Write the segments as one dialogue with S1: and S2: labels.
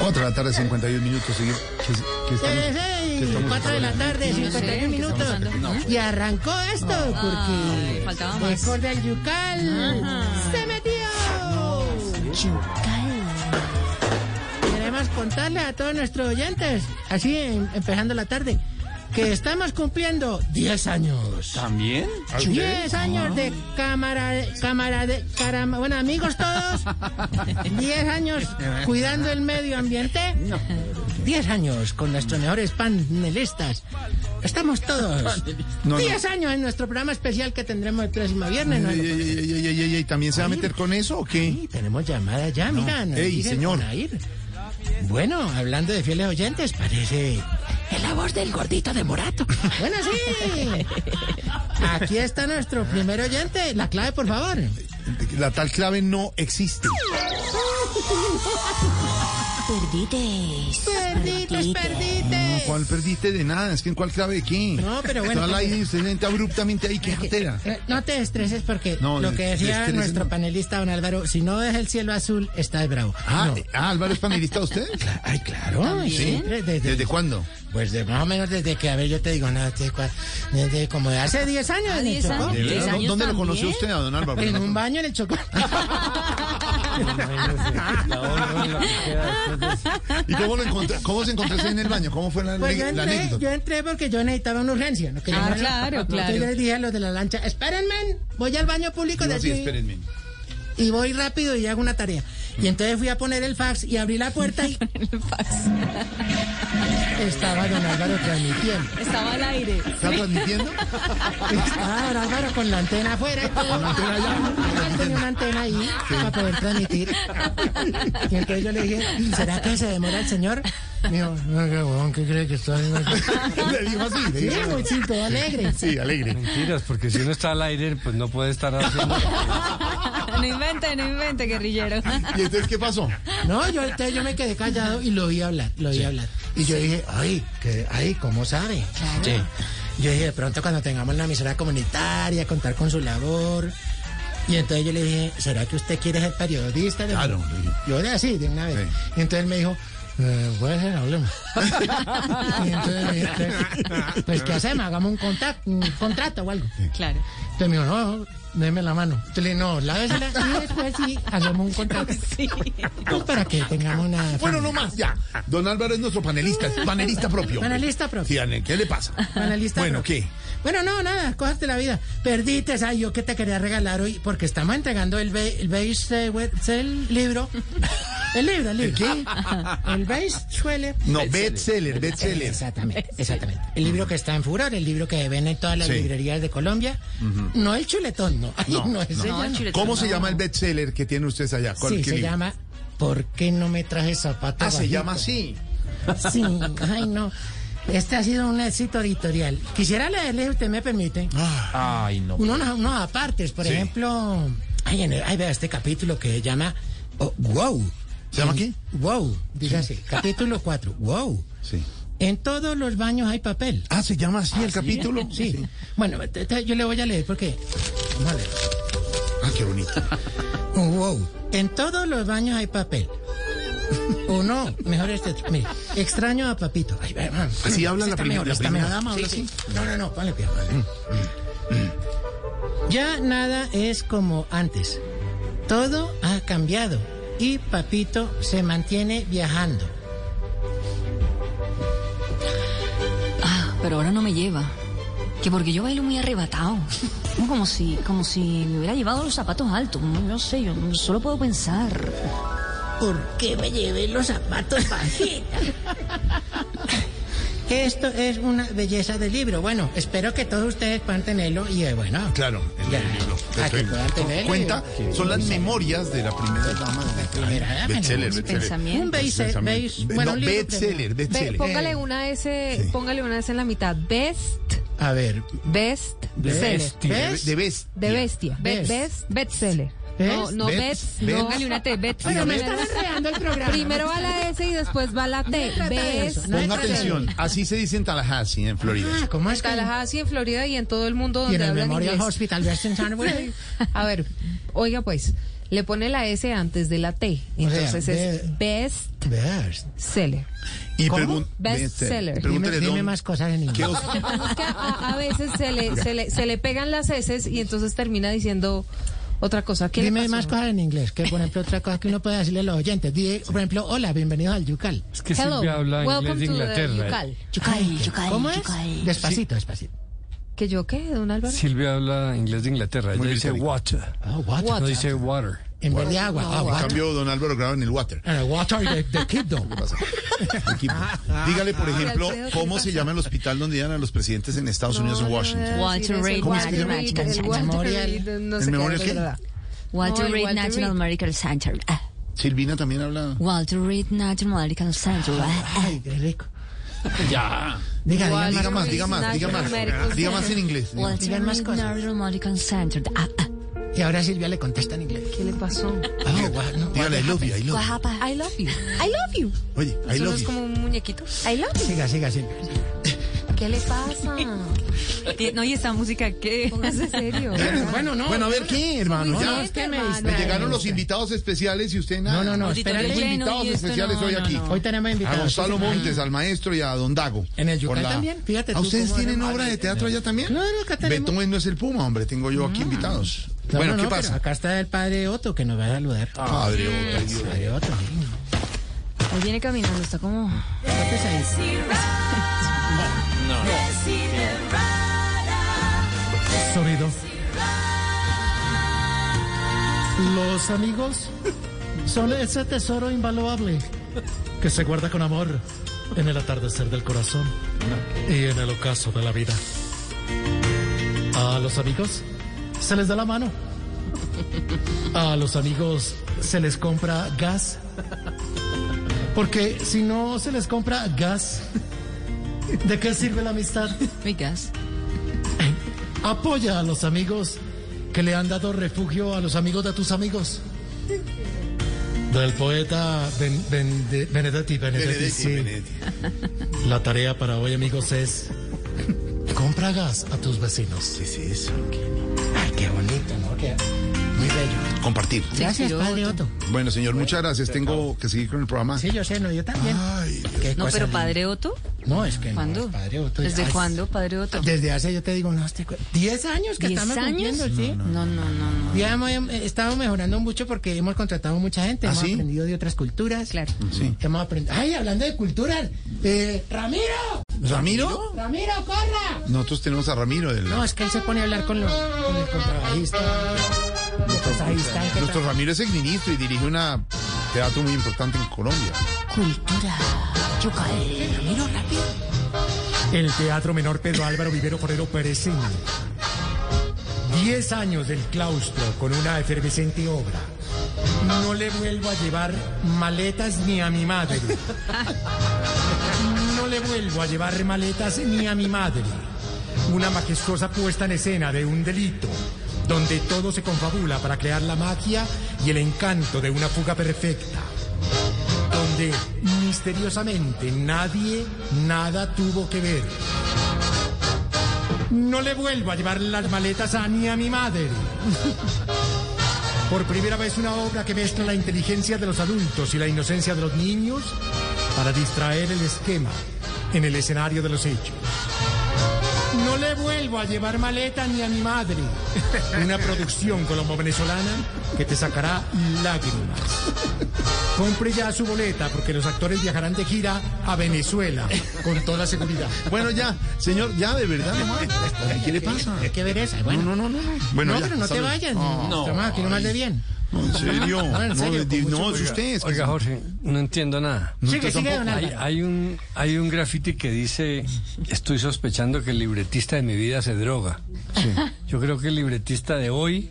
S1: Otra tarde, 51 minutos. ¿sí? ¿Qué, qué estamos- qué estamos
S2: 4 de la
S1: hablando?
S2: tarde, 51 minutos. Y arrancó esto porque
S3: faltaba
S2: el
S3: más.
S2: corte al yucal se metió. Queremos contarle a todos nuestros oyentes, así em- empezando la tarde, que estamos cumpliendo 10 años.
S4: ¿También?
S1: ¿Ah, sí?
S2: 10 años de cámara, cámara de carama- bueno, amigos todos. 10 años cuidando el medio ambiente. 10 años con nuestros mejores panelistas. Estamos todos.
S1: No, no.
S2: 10 años en nuestro programa especial que tendremos el próximo viernes. ¿no?
S1: Ey, ey, ey, ey, ey, ey, ey, ¿También se va a meter con eso o qué?
S2: Sí, tenemos llamada ya, mira. nos
S1: Ey,
S2: dicen
S1: señor.
S2: con Air. Bueno, hablando de fieles oyentes, parece. Es la voz del gordito de Morato. Bueno, sí. Aquí está nuestro primer oyente. La clave, por favor.
S1: La tal clave no existe.
S5: Perdites.
S2: Perdites, perdites.
S1: ¿Cuál perdiste de nada? Es que en cuál clave de qué?
S2: Pues. No, pero bueno. pues.
S1: Toda la ahí, usted se siente abruptamente ahí, qué cartera.
S2: Eh, No te estreses porque
S1: No,
S2: lo que decía
S1: destresen
S2: nuestro
S1: no.
S2: panelista don Álvaro, si no es el cielo azul, estás bravo.
S1: Ah,
S2: No.
S1: eh, ah, Álvaro es panelista de usted.
S2: Ay, claro,
S1: ¿Sí?
S2: siempre desde-
S1: ¿Desde cuándo?
S2: Pues de más o menos desde que, a ver, yo te digo, no, desde, cua- desde como de hace 10 Ah, años. en el
S3: 10
S2: Chocó.
S3: años.
S1: ¿De verdad?
S3: años
S1: ¿Dónde lo
S3: también?
S1: conoció usted a don Álvaro?
S2: En un baño en el Chocó.
S1: ¿Y cómo lo encontró? ¿Cómo se encontró usted en el baño? ¿Cómo fue la,
S2: Pues yo
S1: la
S2: entré,
S1: anécdota?
S2: yo entré porque yo necesitaba una urgencia. ¿no? Que yo
S3: Ah,
S2: no-
S3: claro,
S2: Entonces
S3: claro.
S2: yo les dije a los de la lancha, espérenme, voy al baño público de
S1: No, sí,
S2: aquí".
S1: espérenme.
S2: y voy rápido y hago una tarea.
S1: Mm.
S2: Y entonces fui a poner el fax y abrí la puerta y estaba don Álvaro transmitiendo.
S3: Estaba al aire.
S1: ¿Está transmitiendo?
S2: Estaba don Álvaro con la antena afuera. y todo.
S1: antena ya.
S2: Él Tenía una antena ahí para poder transmitir. Y entonces yo le dije, ¿será que se demora el señor? Me dijo, no, qué huevón, ¿qué cree que está haciendo aquí?"
S1: Le dijo así. le
S2: Sí,
S1: dijo así.
S2: muchito, alegre.
S1: Sí, alegre.
S4: Mentiras, porque si uno está al aire, pues no puede estar haciendo.
S3: No invente, no invente, guerrillero.
S1: ¿Y entonces qué pasó?
S2: No, yo, entonces yo me quedé callado y lo oí hablar, lo oí hablar. Y yo dije, ay, que, ay, ¿cómo sabe? Sí. Yo dije, de pronto cuando tengamos la emisora comunitaria, contar con su labor. Y entonces yo le dije, ¿será que usted quiere ser periodista? Le dije,
S1: Claro, le dije.
S2: Yo de así, de una vez.
S1: Sí.
S2: Y entonces él me dijo, eh, puede ser, hablemos. y entonces le dije, pues, pues, ¿qué hacemos? Hagamos un, contact, un contrato o algo.
S3: Claro.
S2: Entonces me dijo, no, déme la mano. Entonces le dije, no, lávesela y después sí, hacemos un contrato.
S3: Sí.
S2: Pues para que tengamos una.
S1: Bueno, no más, ya. Don Álvaro es nuestro panelista, es panelista propio. hombre.
S2: Panelista propio.
S1: Sí, Anel, ¿qué le pasa?
S2: Panelista
S1: Bueno,
S2: propio.
S1: ¿qué?
S2: Bueno, no, nada, cógete la vida. Perdiste, ¿sabes? Yo que te quería regalar hoy, porque estamos entregando el, be- el base, eh, we- el libro. El libro, el libro. El base suele.
S1: No, bestseller, bestseller.
S2: Exactamente, exactamente. El libro que está en furor, el libro que ven en todas las
S1: Sí.
S2: librerías de Colombia. No el chuletón, no. Ay,
S1: No,
S2: no, ese
S1: no.
S2: ya no.
S1: ¿Cómo se llama el bestseller que tienen ustedes allá? ¿Cuál-
S2: Sí,
S1: qué
S2: se
S1: libro?
S2: llama ¿Por qué no me traje zapatos?
S1: Ah, se llama así.
S2: Sí, ay no. Este ha sido un éxito editorial. Quisiera leerle, si usted me permite,
S4: Ay, no.
S2: unos, unos apartes. Por
S1: Ah, Sí.
S2: ejemplo, ay, en el- ay, vea este capítulo que se llama oh, Wow.
S1: ¿Se llama
S2: En-
S1: qué?
S2: Wow, dígase, capítulo 4, Wow.
S1: Sí.
S2: En todos los baños hay papel.
S1: Ah, se llama así el capítulo.
S2: Sí. Bueno, te- te- yo le voy a leer porque... Vamos a leer.
S1: Ah, qué bonito.
S2: Wow. En todos los baños hay papel. O no, mejor este. otro. Mire, extraño a Papito. Ay, ve, man.
S1: Así habla
S2: Ese
S1: la
S2: está
S1: prim-
S2: mejor,
S1: la
S2: está
S1: primera
S2: mejor.
S1: dama,
S2: Sí,
S1: habla
S2: sí. No, no, no, ponle cuidado. Ya nada es como antes. Todo ha cambiado y Papito se mantiene viajando.
S5: Ah, pero ahora no me lleva. Que porque yo bailo muy arrebatado. Como si, como si me hubiera llevado los zapatos altos. No, no sé, yo solo puedo pensar.
S2: ¿Por qué me llevé los zapatos bajitas? Esto es una belleza de libro. Bueno, espero que todos ustedes puedan tenerlo y eh, bueno.
S1: Claro, el
S2: Ya.
S1: libro.
S2: Ah, que puedan tener. eh,
S1: Cuenta, son las memorias de la primera dama.
S2: primera ¿eh? dama, ¿no?
S1: Bestseller,
S2: Mis
S1: bestseller.
S2: Un base, base,
S1: Be-
S2: bueno,
S1: no,
S2: un libro
S1: bestseller,
S2: que-
S1: bestseller.
S6: Póngale una S, póngale una S en la mitad. Best,
S2: A ver,
S6: best,
S2: best, best.
S1: Eh, De best.
S6: de bestia.
S2: Best.
S6: Best, bestseller. No, no
S1: Best,
S6: best,
S1: best.
S6: no, póngale una T, best.
S2: Oiga, me
S6: primero,
S2: están enredando el programa.
S6: primero va
S2: Ah,
S6: la S y después va la T.
S2: trata de eso,
S6: Best.
S2: no me
S1: Ponga
S2: trata de
S1: atención, así se dice en Tallahassee, en Florida.
S2: Ah, ¿cómo es que?
S6: Tallahassee en Florida y en todo el mundo
S2: Y en
S6: donde
S2: el
S6: hablan
S2: Memorial
S6: inglés.
S2: Hospital Western Sandwich.
S6: A ver, oiga pues, le pone la S antes de la T. Entonces es best
S2: Best.
S6: seller.
S1: Y
S2: ¿Cómo?
S1: pregun-
S6: Best
S1: ve- te-
S6: seller.
S2: Dime,
S1: Pregúntele,
S2: dime
S1: don,
S2: más cosas en
S1: ¿qué
S2: inglés.
S1: os-
S6: Es que a, a veces se le, se, le, se le pegan las S y entonces termina diciendo otra cosa. ¿Qué le
S2: Dime
S6: pasó?
S2: más cosas en inglés, que por ejemplo otra cosa que uno puede decirle a los oyentes. Di, por ejemplo, hola, bienvenidos al Yucal.
S4: Es que
S6: Hello,
S4: siempre habla
S6: welcome
S4: inglés de
S6: to the
S4: Inglaterra.
S6: Yucal.
S5: Yucay, yucay,
S2: ¿Cómo es?
S5: yucay.
S2: Despacito, despacito.
S6: ¿Que yo qué, don Álvaro?
S4: Silvia habla inglés de Inglaterra. Ella
S1: Muy
S4: dice
S1: británico.
S4: water.
S1: Ah,
S2: Oh, water.
S4: No dice water.
S2: En vez de agua. ah,
S1: En
S2: water.
S1: cambio, don Álvaro graba en el water.
S2: Ah, water de, de Kingdom.
S1: ¿Qué pasa? Equipo. Dígale, por ejemplo,
S6: Alfredo, ¿qué
S1: ¿cómo
S6: le
S1: se
S6: pasa?
S1: llama el hospital donde llevan a los presidentes en Estados Unidos en Washington?
S5: Walter Reed National Medical Center.
S2: Memorial.
S1: ¿El Memorial qué?
S5: Walter
S6: No, el
S5: Reed
S6: Walter
S5: National
S6: Reed.
S5: Medical Center. Ah,
S1: Silvina también habla.
S5: Walter Reed National Medical Center. Ah, ah.
S2: Ay, qué rico.
S4: Ya.
S2: Diga, diga,
S6: Walter
S1: Diga más,
S6: Reed
S1: diga más, diga
S6: National
S1: más.
S6: Medical
S1: Diga más en
S6: Center.
S1: inglés. diga más.
S5: Walter
S2: Digan más
S5: Reed
S2: cosas.
S5: National Medical Center. Ah, ah.
S2: Y ahora Silvia le contesta en inglés.
S6: ¿Qué le pasó?
S2: Oh, wa- no,
S1: Dígale, I love you, I love
S5: What
S1: you.
S5: happened?
S6: I love you. I love you.
S1: Oye, I
S6: Eso no
S1: love
S6: es
S1: you.
S6: como un muñequito.
S5: I love you.
S2: Siga, siga, Silvia.
S6: ¿Qué le pasa?
S5: Eh,
S3: No, y esta música que.
S6: Póngase serio.
S2: Bueno, no.
S1: Bueno, a ver, ¿qué, hermano?
S6: Muy
S1: Ya.
S6: bien, hermano.
S1: Me llegaron los invitados especiales y usted nada.
S2: No, no, no.
S3: Auditorio
S2: Espérale.
S3: lleno.
S1: Invitados
S3: y esto
S1: especiales
S3: no,
S1: hoy
S3: no,
S1: aquí.
S3: no.
S2: Hoy tenemos
S1: A
S2: invitados.
S1: Gonzalo Montes, al maestro y a Don Dago.
S2: En el Yucatán
S1: Por
S2: también, fíjate
S1: ¿A
S2: tú
S1: ustedes
S2: cómo
S1: tienen
S2: eran
S1: obra de teatro allá también?
S2: Claro, acá tenemos.
S1: Beethoven no es el Puma, hombre. Tengo yo aquí invitados.
S2: No,
S1: Bueno,
S2: no,
S1: ¿qué
S2: no, pero
S1: pasa?
S2: Acá está el padre Otto que nos va a saludar.
S1: Padre, oh, ay, Dios.
S2: Padre Otto, sí.
S5: Hoy viene caminando, está como...
S2: Está pesadito.
S7: Sonido. Los amigos son ese tesoro invaluable que se guarda con amor en el atardecer del corazón y en el ocaso de la vida. A los amigos se les da la mano. A los amigos se les compra gas. Porque si no se les compra gas, ¿de qué sirve la amistad?
S5: Mi gas.
S7: Apoya a los amigos que le han dado refugio a los amigos de tus amigos. Del poeta Ben- Ben- de- Benedetti, Benedetti,
S1: Benedetti,
S7: sí.
S1: Benedetti.
S7: La tarea para hoy, amigos, es compra gas a tus vecinos.
S1: ¿Qué es eso?
S2: Ay, qué bonito, ¿no? Qué- Muy bello.
S1: Compartir.
S2: Gracias,
S5: inspiró
S2: padre
S5: Otto.
S2: Otto.
S1: Bueno, señor, muchas gracias. Tengo que seguir con el programa.
S2: Sí, yo sé, no, yo también.
S1: Ah.
S2: Qué
S5: No,
S2: cosa
S5: pero
S2: linda.
S5: padre Otto.
S2: No, es que no,
S5: ¿Cuándo?
S2: es padre Otto.
S5: ¿Desde
S2: Ay,
S5: cuándo, padre Otto?
S2: Desde hace, yo te digo, no, este cu- 10 años que
S5: ¿Diez
S2: estamos
S5: años?
S2: cumpliendo, ¿sí?
S5: No, no, no, no.
S2: Ya hemos, eh, estado mejorando mucho porque hemos contratado mucha gente,
S1: ¿Ah,
S2: hemos
S1: sí?
S2: aprendido de otras culturas.
S6: Claro.
S1: Sí.
S2: Hemos aprendido. ¡Ay, hablando de culturas! eh, ¡Ramiro!
S1: ¿Ramiro?
S2: ¡Ramiro, corra!
S1: Nosotros tenemos a Ramiro, el,
S2: No, es que él se pone a hablar con, los, con el contrabajista. El contrabajista, que
S1: Nuestro
S2: tra-
S1: Ramiro es exministro y dirige un teatro muy importante en Colombia.
S5: Cultura. Yucay. Ramiro, rápido.
S7: El Teatro Menor Pedro Álvaro Vivero Forero presenta. Diez años del claustro con una efervescente obra. No le vuelvo a llevar maletas ni a mi madre. No le vuelvo a llevar maletas ni a mi madre. Una majestuosa puesta en escena de un delito, donde todo se confabula para crear la magia y el encanto de una fuga perfecta. Donde misteriosamente nadie, nada tuvo que ver. No le vuelvo a llevar las maletas a ni a mi madre. Por primera vez una obra que mezcla la inteligencia de los adultos y la inocencia de los niños para distraer el esquema en el escenario de los hechos. No le vuelvo a llevar maleta ni a mi madre. Una producción colombo-venezolana que te sacará lágrimas. Compre ya su boleta porque los actores viajarán de gira a Venezuela con toda seguridad.
S1: Bueno, ya, señor, ya, de verdad, nomás. ¿Qué le pasa?
S2: Hay que ver esa. Bueno,
S1: No, no, no, no. Bueno,
S2: no,
S1: ya,
S2: pero no te
S1: salud.
S2: vayas.
S1: Ah,
S2: No, no. aquí no más de bien.
S1: no, en serio. No,
S2: en serio,
S1: de-
S2: con mucho
S1: no, es usted. es que-
S4: Oiga, Jorge, no entiendo nada.
S1: No,
S2: sigue,
S1: yo
S2: sigue, don
S1: tampoco.
S4: Hay,
S2: Álvaro.
S4: hay un, hay un graffiti que dice, estoy sospechando que el libretista de mi vida se droga. Yo creo que el libretista de hoy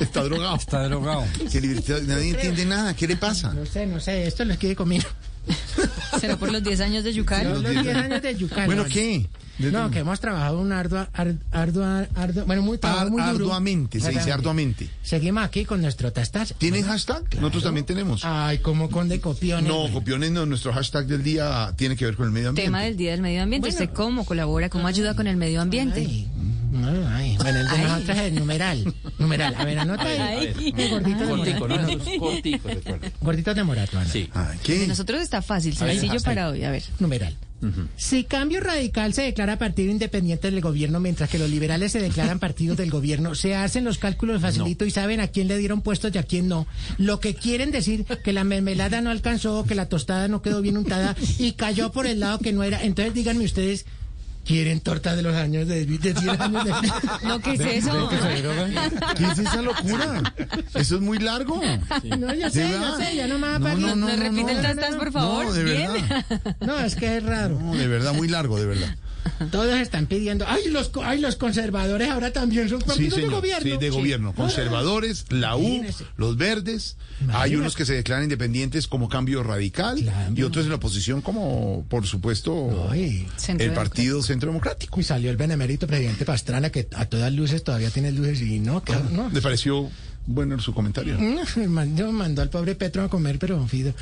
S1: Está drogado.
S4: está drogado.
S1: Que libertad- nadie entiende nada. ¿Qué le pasa?
S2: No sé, no sé, esto lo escribe conmigo.
S5: ¿Será por los 10 años de yucay?
S2: Los 10 años de Yucatán.
S1: Bueno, ¿qué?
S2: No, que hemos trabajado un ardua, ar- ardua, ardua- bueno, muy, trabajo
S1: Ar-
S2: muy duro.
S1: arduamente, se dice
S2: Exactamente.
S1: arduamente.
S2: Seguimos aquí con nuestro tastazo.
S1: ¿Tiene hashtag? Nosotros también tenemos.
S2: Ay, como con de copiones.
S1: No, copiones, no, nuestro hashtag del día tiene que ver con el medio ambiente.
S5: Tema del Día del Medio Ambiente. ¿Usted cómo colabora, cómo ayuda con el medio ambiente?
S2: Ay, No, ay, bueno, el de
S5: Ay.
S2: nosotros es numeral. Numeral. A ver, anota ahí. Gordito de
S8: Cortico,
S2: Morato.
S8: ¿no? Cortico, recuerda.
S2: Gordito de Morato, Ana.
S8: Sí.
S1: Ay, Ah, ¿qué?
S3: De nosotros está fácil, sencillo para hoy. A ver.
S2: numeral. Si Cambio Radical se declara partido independiente del gobierno, mientras que los liberales se declaran partidos del gobierno, se hacen los cálculos facilito y saben a quién le dieron puestos y a quién no. Lo que quieren decir que la mermelada no alcanzó, que la tostada no quedó bien untada y cayó por el lado que no era. Entonces díganme ustedes, ¿quieren torta de los años de, de 10 años de...
S3: No, ¿qué es eso?
S1: ¿Qué es esa locura? Eso es muy largo.
S2: No, ya sé, ya
S1: verdad?
S2: sé, ya no me va a
S1: No,
S2: parir.
S1: no, no,
S3: ¿Nos
S1: no,
S3: repite el
S1: no.
S3: tas-tas, por favor?
S1: No, de
S3: Bien.
S1: verdad.
S2: No, es que es raro.
S1: No, de verdad, muy largo, de verdad.
S2: Todos están pidiendo, ay, los, co- ay, los conservadores ahora también son
S1: Sí,
S2: partidos de
S1: señor.
S2: gobierno. Ah,
S1: Sí, de gobierno. Conservadores, la U,
S2: Imagínese.
S1: los verdes. Hay
S2: Imagínese.
S1: unos que se declaran independientes como cambio radical
S2: Claro.
S1: y otros en la oposición como, por supuesto,
S2: Ay.
S3: Centro
S1: el
S3: Democrático.
S1: Partido Centro Democrático.
S2: Y salió el benemérito presidente Pastrana, que a todas luces todavía tiene luces y no, que- no. Mm,
S1: ¿Le pareció bueno su comentario?
S2: Man- yo mandó al pobre Petro a comer, pero Fido,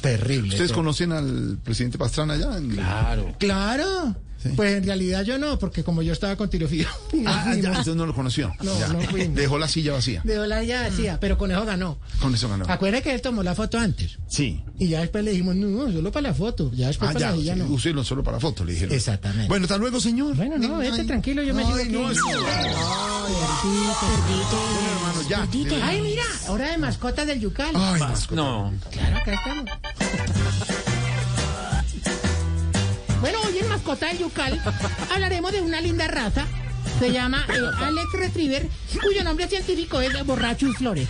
S2: terrible.
S1: ¿Ustedes
S2: todo.
S1: conocen al presidente Pastrana ya? En-
S8: Claro.
S2: Claro, pues en realidad yo no, porque como yo estaba con Tiro Fido, no
S1: Ah, ya,
S2: fuimos.
S1: entonces no lo conoció.
S2: No,
S1: Ya.
S2: no fuimos.
S1: Dejó la silla vacía.
S2: de hola ya
S1: Mm.
S2: hacía, pero Conejo ganó.
S1: Con eso ganó.
S2: Acuérdate que él tomó la foto antes.
S1: Sí.
S2: Y ya después le dijimos, no, solo para la foto. Ya después
S1: Ah,
S2: para
S1: ya,
S2: la silla
S1: sí,
S2: no.
S1: úselo solo para fotos, le dijeron.
S2: Exactamente.
S1: Bueno, hasta luego, señor.
S2: Bueno, no,
S1: Ay,
S2: vete tranquilo, yo me
S1: ay,
S2: sigo aquí.
S1: no, es- Bueno, hermano, ya. de-
S2: Ay, mira, hora de mascota del Yucal.
S1: Ay, mascota.
S8: No.
S2: Claro, acá estamos. Bueno, hoy en Mascota del Yucal hablaremos de una linda raza. Se llama eh, Alex Retriever, cuyo nombre científico es Borrachus Flores.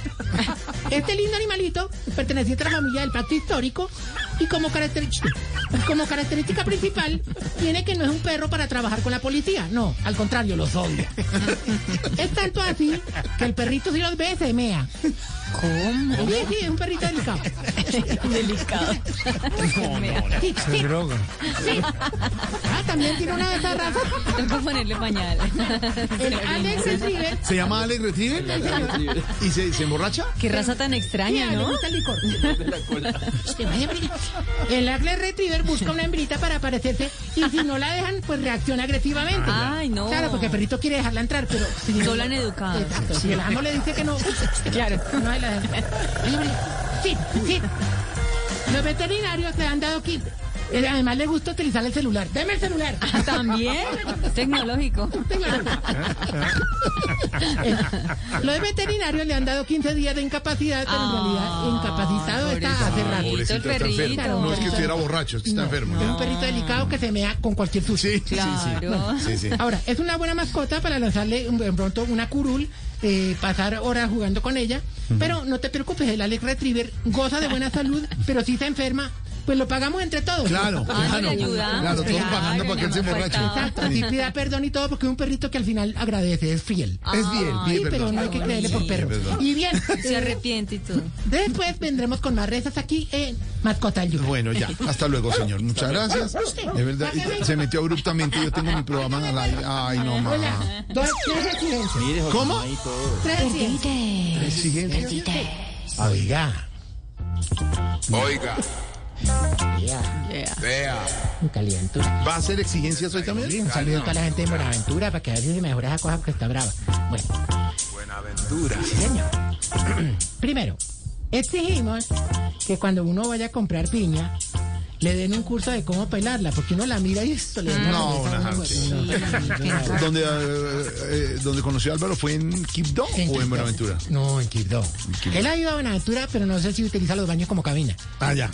S2: Este lindo animalito pertenece a la familia del pacto histórico y como, caracteri- como característica principal tiene que no es un perro para trabajar con la policía. No, al contrario, los odia. Es tanto así que el perrito si los ve se mea. ¿Cómo? Sí, sí, es un perrito delicado.
S5: Delicado.
S2: Sí,
S4: Eso es
S2: sí,
S4: droga.
S2: sí. Ah, también tiene una de esas razas.
S3: Tengo que ponerle pañal.
S2: El Alex Retriever.
S1: ¿Se llama Alex Retriever? ¿Y se, se emborracha?
S3: Qué raza tan extraña,
S2: Mira, le
S3: ¿no?
S2: gusta el licor. Este, vaya, mire. El Alex Retriever busca una hembrita para aparecerse y si no la dejan, pues reacciona agresivamente.
S3: Ay, no.
S2: Claro, porque el perrito quiere dejarla entrar, pero si no-
S3: No la han educado.
S2: Exacto, Si el amo le dice que no, claro, no hay la Ay, hombre, Sí, sí. Los veterinarios le han dado kit. Eh, Además le gusta utilizar el celular. Deme el celular.
S3: Ah, También. Tecnológico.
S2: Tengo la- Eh, Los veterinarios le han dado 15 días de incapacidad, pero en realidad
S1: Ah,
S2: incapacitado está hace rato.
S1: Pobrecito,
S3: el
S1: está enfermo.
S3: perrito.
S1: No es que estuviera borracho, es que está
S2: No,
S1: enfermo.
S2: Es un perrito delicado que se mea con cualquier sucio.
S1: Sí, sí,
S3: Claro.
S1: sí, sí. sí.
S2: Ahora, es una buena mascota para lanzarle un- de pronto una curul, eh, pasar horas jugando con ella, pero no te preocupes, el Alex Retriever goza de buena salud, pero si se enferma, pues lo pagamos entre todos.
S1: Claro,
S3: Ah, no
S1: claro.
S3: le ayuda.
S1: Claro, todos
S3: Claro,
S1: pagando para que él se
S3: nada más
S1: emborrache.
S3: faltaba.
S2: Exacto, y pida perdón y todo porque es un perrito que al final agradece, es fiel.
S1: Es bien,
S2: Sí,
S1: bien,
S2: pero
S1: perdón.
S2: no hay que creerle por
S1: Sí,
S2: perro.
S1: perdón.
S2: Y bien,
S3: Se
S2: eh,
S3: arrepiente y todo.
S2: después vendremos con más rezas aquí en Mascota del Yuca.
S1: Bueno, ya. Hasta luego, señor. Muchas gracias. De verdad, y se metió abruptamente. Yo tengo mi programa al aire. Ay, no, más.
S2: Hola, dos, tres exigencias.
S8: Mire, Jorge,
S1: ¿Cómo?
S8: ahí todo.
S2: Tres exigencias. Oiga,
S1: Oiga,
S3: Yeah.
S1: vea.
S2: un calientos.
S1: ¿Va a hacer exigencias hoy también?
S2: Un saludo a toda la gente de Buenaventura para que a ver si se mejora esa cosa porque está brava. Bueno,
S1: Buenaventura.
S2: sí, señor. Primero, exigimos que cuando uno vaya a comprar piña, le den un curso de cómo pelarla, porque uno la mira y esto le da una
S1: No,
S2: cabeza a
S1: una
S2: uno.
S1: sí.
S2: No, qué horror.
S1: Donde, eh, eh, donde conoció a Álvaro fue en Quibdó o
S2: Quibdó.
S1: en Buenaventura.
S2: No, en Quibdó.
S1: Quibdó.
S2: Él ha ido a Buenaventura, pero no sé si utiliza los baños como cabina.
S1: Ah, ya.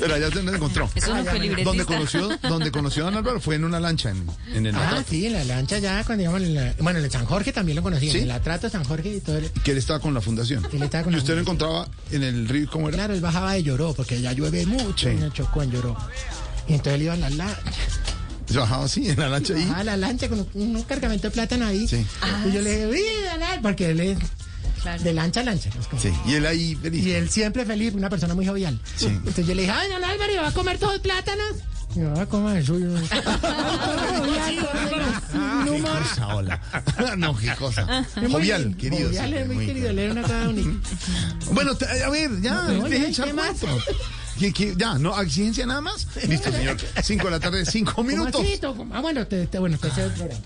S1: Pero allá se nos encontró.
S3: Eso no fue libretista.
S1: Donde conoció, donde conoció a Don Álvaro fue en una lancha en, en el
S2: Ah,
S1: Atrato.
S2: sí, en la lancha ya, cuando íbamos en la- Bueno, en el San Jorge también lo conocí,
S1: ¿Sí?
S2: en el Atrato San Jorge y todo. el-
S1: Que él estaba con la fundación.
S2: Él estaba con
S1: y
S2: la
S1: usted lo
S2: fundación.
S1: encontraba en el río, ¿cómo era?
S2: Claro, él bajaba de Lloró, porque ya llueve mucho,
S1: Sí.
S2: y no chocó en Lloró. Y entonces él iba a la lancha,
S1: Se bajaba así, en la lancha ahí.
S2: a la lancha con un, un cargamento de plátano ahí.
S1: Sí.
S2: Y yo le dije, "Uy, Donald", porque él es de lancha a lancha. es como-
S1: Sí. Y él ahí, feliz.
S2: Y él siempre feliz, una persona muy jovial.
S1: Sí.
S2: Entonces yo le dije, ay, don Álvaro, ¿y ¿va a comer todos los plátanos? Y yo, ah, coma el suyo.
S1: Ah,
S2: No
S1: qué
S2: más. Ah,
S1: cosa, hola. no, qué cosa.
S2: Es muy
S1: Jovial,
S2: lindo,
S1: querido.
S2: Jovial,
S1: sí,
S2: es muy
S1: muy
S2: querido, le era una cosa bonita.
S1: Bueno, te- a ver, ya,
S2: No, no,
S1: dejen
S2: ¿qué
S1: echar
S2: más?
S1: cuento. ¿Qué- qué? Ya, no, exigencia nada más. Listo, señor. Cinco de la tarde, cinco minutos. Ah.
S2: Maxito, Ah, bueno, te, te- bueno, te cedo el programa.